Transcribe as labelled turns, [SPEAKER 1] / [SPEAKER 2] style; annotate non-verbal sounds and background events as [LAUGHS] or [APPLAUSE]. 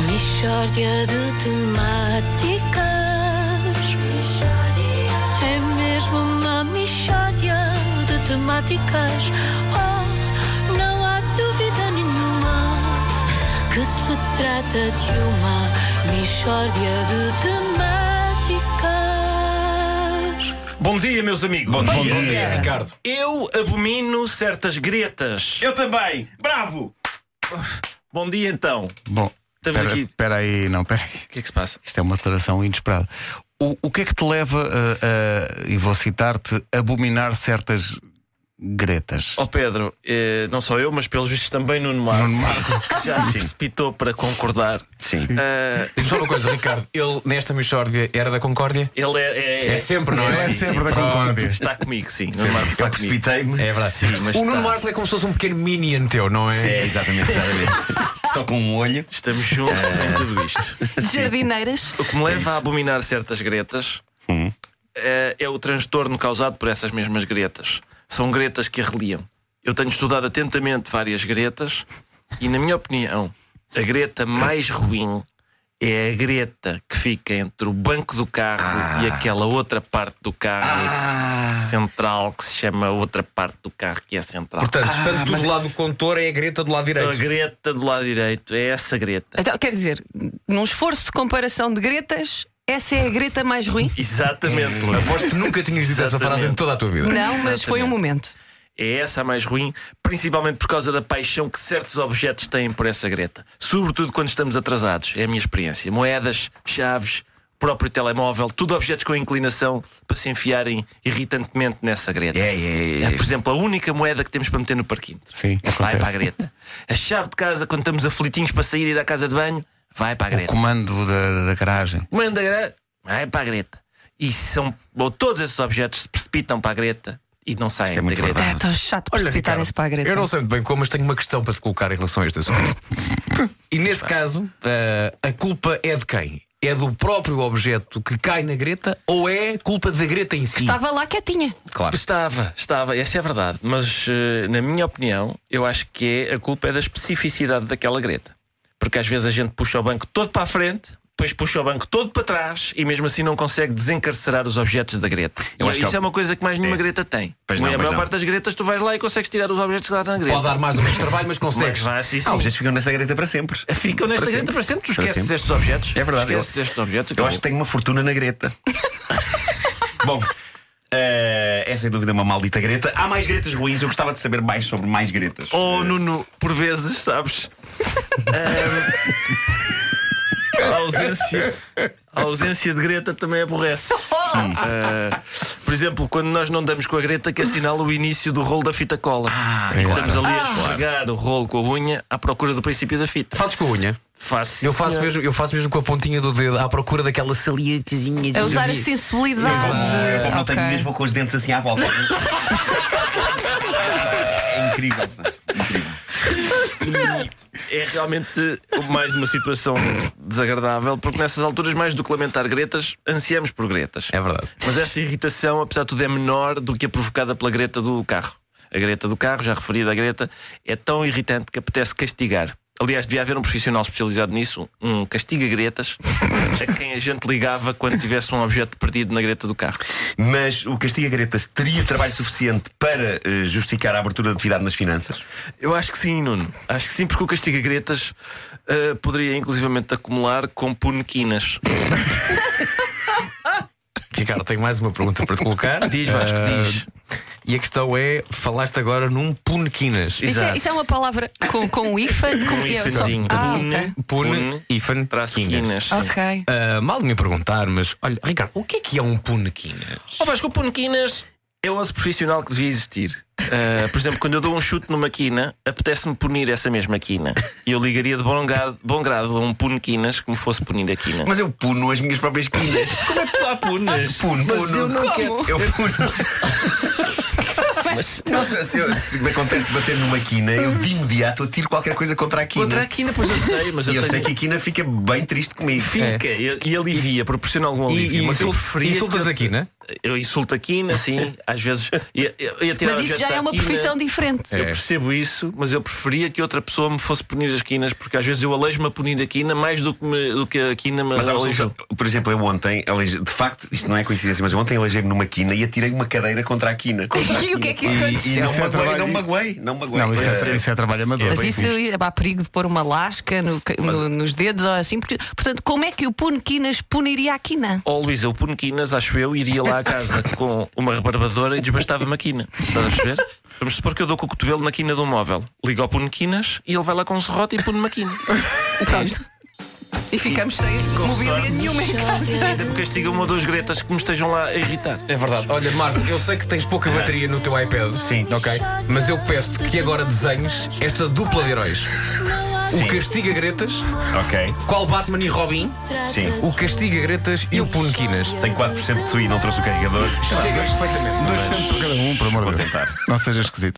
[SPEAKER 1] Mistória de temáticas. É mesmo uma mistória de temáticas. Oh, não há dúvida nenhuma que se trata de uma mistória de temáticas.
[SPEAKER 2] Bom dia, meus amigos.
[SPEAKER 3] Bom dia.
[SPEAKER 2] Ricardo. Eu abomino certas gretas.
[SPEAKER 3] Eu também! Bravo!
[SPEAKER 2] Bom dia, então.
[SPEAKER 4] Bom,
[SPEAKER 2] Estamos
[SPEAKER 4] espera,
[SPEAKER 2] aqui.
[SPEAKER 4] espera aí, não, espera aí.
[SPEAKER 2] O que é que se passa?
[SPEAKER 4] Isto é uma declaração inesperada. O, o que é que te leva a, a- e vou citar-te, a abominar certas gretas?
[SPEAKER 2] Ó Pedro, eh, não só eu, mas pelos vistos também Nuno Marco.
[SPEAKER 4] Nuno Marco.
[SPEAKER 2] que [LAUGHS] já se precipitou para concordar.
[SPEAKER 3] Sim.
[SPEAKER 2] Ah,
[SPEAKER 5] Diz-me só uma coisa, Ricardo. Ele, nesta Michórdia, era da Concórdia?
[SPEAKER 2] ele é, é-
[SPEAKER 5] É sempre, não é?
[SPEAKER 4] é sempre da concórdia.
[SPEAKER 2] Está comigo, sim. Nuno Marco
[SPEAKER 3] Eu
[SPEAKER 2] está comigo.
[SPEAKER 3] precipitei-me.
[SPEAKER 5] É verdade.
[SPEAKER 2] mas
[SPEAKER 5] o Nuno
[SPEAKER 2] está-
[SPEAKER 5] Marco é como se fosse um pequeno minion teu, não é?
[SPEAKER 3] É, exatamente, exatamente. Só com um olho.
[SPEAKER 2] Estamos juntos em tudo isto.
[SPEAKER 6] Jardineiras.
[SPEAKER 2] O que
[SPEAKER 5] É
[SPEAKER 2] me leva a abominar certas gretas
[SPEAKER 5] Hum.
[SPEAKER 2] eh, é, o transtorno causado por essas mesmas gretas. São gretas que arreliam. Eu tenho estudado atentamente várias gretas e, na minha opinião, a greta mais ruim é a greta que fica entre o banco do carro
[SPEAKER 5] Ah.
[SPEAKER 2] e aquela outra parte do carro central que se chama outra parte do carro que é a central. Então,
[SPEAKER 5] Portanto, tanto do lado do condutor é a greta do lado
[SPEAKER 2] a
[SPEAKER 5] direito.
[SPEAKER 2] greta do lado direito é essa greta.
[SPEAKER 6] Então, quer dizer, num esforço de comparação de gretas, essa é a greta mais ruim?
[SPEAKER 2] Exatamente, Luís.
[SPEAKER 5] Aposto que nunca tinhas dito essa frase em
[SPEAKER 2] Exatamente.
[SPEAKER 5] toda a tua vida.
[SPEAKER 6] Não, mas foi um momento.
[SPEAKER 2] É essa a mais ruim, principalmente por causa da paixão que certos objetos têm por essa greta. Sobretudo quando estamos atrasados, é a minha experiência. Moedas, chaves, próprio telemóvel, tudo objetos com inclinação para se enfiarem irritantemente nessa greta.
[SPEAKER 3] É, é, é.
[SPEAKER 2] É, por exemplo, a única moeda que temos para meter no parquinho.
[SPEAKER 4] Sim,
[SPEAKER 2] Vai
[SPEAKER 4] acontece.
[SPEAKER 2] para a greta. A chave de casa, quando estamos aflitinhos para sair e ir à casa de banho, vai para a greta.
[SPEAKER 4] Comando da, da garagem.
[SPEAKER 2] Manda gra- vai para a greta. E são, ou todos esses objetos se precipitam para a greta e não saem
[SPEAKER 3] Isto é
[SPEAKER 2] da
[SPEAKER 3] muito
[SPEAKER 2] greta.
[SPEAKER 3] verdade.
[SPEAKER 6] É tão chato
[SPEAKER 5] Olha,
[SPEAKER 6] precipitarem-se
[SPEAKER 5] Ricardo,
[SPEAKER 6] para a greta.
[SPEAKER 5] Eu não sei muito bem como, mas tenho uma questão para te colocar em relação a este assunto. e nesse caso, eh, a culpa é de quem? É do próprio objeto que cai na greta ou é culpa da greta em si?
[SPEAKER 6] Estava lá quietinha.
[SPEAKER 3] Ah.
[SPEAKER 5] Claro.
[SPEAKER 2] Estava, estava, essa é a verdade. Mas, eh, na minha opinião, eu acho que é, a culpa é da especificidade daquela greta. Porque às vezes a gente puxa o banco todo para a frente, depois puxa o banco todo para trás e mesmo assim não consegue desencarcerar os objetos da greta.
[SPEAKER 3] Eu
[SPEAKER 2] E
[SPEAKER 3] acho que
[SPEAKER 2] isso
[SPEAKER 3] é
[SPEAKER 2] é
[SPEAKER 3] o-
[SPEAKER 2] uma coisa que mais nenhuma greta tem. é
[SPEAKER 3] Pois não,
[SPEAKER 2] a
[SPEAKER 3] pois
[SPEAKER 2] maior
[SPEAKER 3] não.
[SPEAKER 2] parte das gretas tu vais lá e consegues tirar os objetos que lá na greta.
[SPEAKER 5] Pode dar mais ou menos trabalho,
[SPEAKER 2] Mas
[SPEAKER 5] mas consegues.
[SPEAKER 2] vai assim, sim.
[SPEAKER 3] Ah, os gestos ficam nessa greta para sempre.
[SPEAKER 2] Ficam nesta
[SPEAKER 3] Para
[SPEAKER 2] greta
[SPEAKER 3] sempre.
[SPEAKER 2] para sempre, tu
[SPEAKER 3] Para
[SPEAKER 2] esqueces
[SPEAKER 3] sempre.
[SPEAKER 2] estes objetos.
[SPEAKER 3] É verdade,
[SPEAKER 2] Esqueces estes objetos.
[SPEAKER 3] Eu acho que tenho uma fortuna na [LAUGHS] greta. Bom. eh, é sem dúvida uma maldita greta. Há mais gretas ruins, eu gostava de saber mais sobre mais gretas. Eh,
[SPEAKER 2] Oh, Nuno, por vezes, sabes? Ahm, a, ausência, a ausência de Greta também aborrece. Ah, por exemplo, quando nós não damos com a Greta, que assinala o início do rolo da fita cola. e
[SPEAKER 3] claro.
[SPEAKER 2] estamos ali a esfregar o rolo com a unha à procura do princípio da fita.
[SPEAKER 5] Fazes com a unha?
[SPEAKER 2] Faço,
[SPEAKER 5] Eu
[SPEAKER 2] sim,
[SPEAKER 5] faço,
[SPEAKER 2] senhor.
[SPEAKER 5] mesmo, eu faço mesmo com a pontinha do dedo à procura daquela salientezinha.
[SPEAKER 6] A usar a
[SPEAKER 5] assim.
[SPEAKER 6] sensibilidade.
[SPEAKER 3] Eu, como não
[SPEAKER 6] Ok.
[SPEAKER 3] tenho unhas, vou com os dentes assim à volta. é incrível. pá. incrível.
[SPEAKER 2] É realmente mais uma situação desagradável, porque nessas alturas, mais do que lamentar gretas, ansiamos por gretas.
[SPEAKER 5] É verdade.
[SPEAKER 2] Mas essa irritação, apesar de tudo, é menor do que a provocada pela greta do carro. A greta do carro, já referida à greta, é tão irritante que apetece castigar. Aliás, devia haver um profissional especializado nisso, um [LAUGHS] castiga-gretas, a quem a gente ligava quando tivesse um objeto perdido na greta do carro.
[SPEAKER 3] Mas o Castiga Gretas teria trabalho suficiente para eh, justificar a abertura de atividade nas finanças?
[SPEAKER 2] Eu acho que sim, Nuno. Acho que sim, porque o castiga-gretas eh, poderia inclusivamente acumular com punequinas.
[SPEAKER 5] Ricardo, tenho mais uma pergunta para te [LAUGHS] colocar.
[SPEAKER 2] Diz, Vasco,
[SPEAKER 5] Ah,
[SPEAKER 2] diz.
[SPEAKER 5] E a questão é: falaste agora num punequinas.
[SPEAKER 6] Isso é,
[SPEAKER 2] Exato.
[SPEAKER 6] isso é uma palavra com, com o IFA?
[SPEAKER 2] Com um
[SPEAKER 6] eu só-
[SPEAKER 2] hífenzinho.
[SPEAKER 6] Ah,
[SPEAKER 2] Pune,
[SPEAKER 6] ok.
[SPEAKER 5] Pune,
[SPEAKER 2] pune,
[SPEAKER 5] hífen,
[SPEAKER 2] traço
[SPEAKER 5] quinas.
[SPEAKER 2] quinas. sim.
[SPEAKER 6] Ok.
[SPEAKER 5] Ah, mal de me perguntar, mas olha, Ricardo, o que é que é um punequinas?
[SPEAKER 2] Ó Oh, Vasco, o Punequinas é o osso profissional que devia existir. Ah, por exemplo, quando eu dou um chute numa quina, apetece-me punir essa mesma quina. E eu ligaria de bom grado, bom grado a um Punequinas que me fosse punir a quina.
[SPEAKER 3] Mas eu puno as minhas próprias quilhas.
[SPEAKER 2] como é que tu há punas?
[SPEAKER 3] Puno, puno.
[SPEAKER 6] Como?
[SPEAKER 3] Eu puno.
[SPEAKER 2] é?
[SPEAKER 3] Mas, não, se, se eu- se me acontece bater numa quina, eu de imediato atiro qualquer coisa contra a quina.
[SPEAKER 2] Contra a quina, pois eu sei, mas eu,
[SPEAKER 3] E eu
[SPEAKER 2] tenho...
[SPEAKER 3] sei que a quina fica bem triste comigo.
[SPEAKER 2] Fica e, e alivia, proporciona algum alívio.
[SPEAKER 5] insul-
[SPEAKER 2] mas eu preferia
[SPEAKER 5] insultas né?
[SPEAKER 2] que-
[SPEAKER 5] a quina?
[SPEAKER 2] eu insulto aqui, assim, às vezes. Ia, eu ia tirar
[SPEAKER 6] Mas isso
[SPEAKER 2] objetos
[SPEAKER 6] já
[SPEAKER 2] à
[SPEAKER 6] é uma
[SPEAKER 2] quina.
[SPEAKER 6] profissão diferente.
[SPEAKER 2] Eu percebo isso, mas eu preferia que outra pessoa me fosse punir as quinas, porque às vezes eu alejo-me a punir a quina mais do que, me- do que a quina me
[SPEAKER 3] Mas há um
[SPEAKER 2] aleijou.
[SPEAKER 3] assunto- por exemplo, eu ontem, elege- de facto, isto não é coincidência, mas eu ontem elegei-me numa quina e atirei uma cadeira contra a quina.
[SPEAKER 6] [LAUGHS] E o que é que
[SPEAKER 3] E-
[SPEAKER 6] aconteceu?
[SPEAKER 3] E, não,
[SPEAKER 4] Isso é
[SPEAKER 3] magoei,
[SPEAKER 4] trabalho-
[SPEAKER 3] não magoei, não magoei.
[SPEAKER 4] Não, isso
[SPEAKER 3] Pois
[SPEAKER 4] é, isso é trabalho amador.
[SPEAKER 6] Mas
[SPEAKER 4] bem
[SPEAKER 6] isso
[SPEAKER 4] visto.
[SPEAKER 6] há perigo de pôr uma lasca no- no- nos dedos ou assim. Porque, portanto, como é que o Punquinas puniria a quina?
[SPEAKER 2] Ó Luísa, eu puno quinas, acho eu, iria lá à casa com uma rebarbadora e desbastava-me a quina. Estás a perceber? Vamos supor que eu dou com o cotovelo na quina do móvel. Ligo ao puno quinas e ele vai lá com um serrote e pune-me a quina.
[SPEAKER 6] Pronto. E ficamos sem mobília nenhuma em casa.
[SPEAKER 2] Ainda me castiga uma ou duas gretas que me estejam lá a irritar.
[SPEAKER 5] É verdade. Olha, Marco, eu sei que tens pouca bateria no teu iPad.
[SPEAKER 3] Sim.
[SPEAKER 5] Ok? Mas eu peço-te que agora desenhes esta dupla de heróis:
[SPEAKER 3] Sim.
[SPEAKER 5] o Castiga Gretas,
[SPEAKER 3] Ok,
[SPEAKER 5] qual Batman e Robin,
[SPEAKER 3] sim.
[SPEAKER 5] o Castiga Gretas e o Punquinas.
[SPEAKER 3] Tenho 4% de tu e não trouxe o carregador.
[SPEAKER 5] Chegas perfeitamente.
[SPEAKER 4] Dois centros por cada um, por amor de Deus. Não seja esquisito.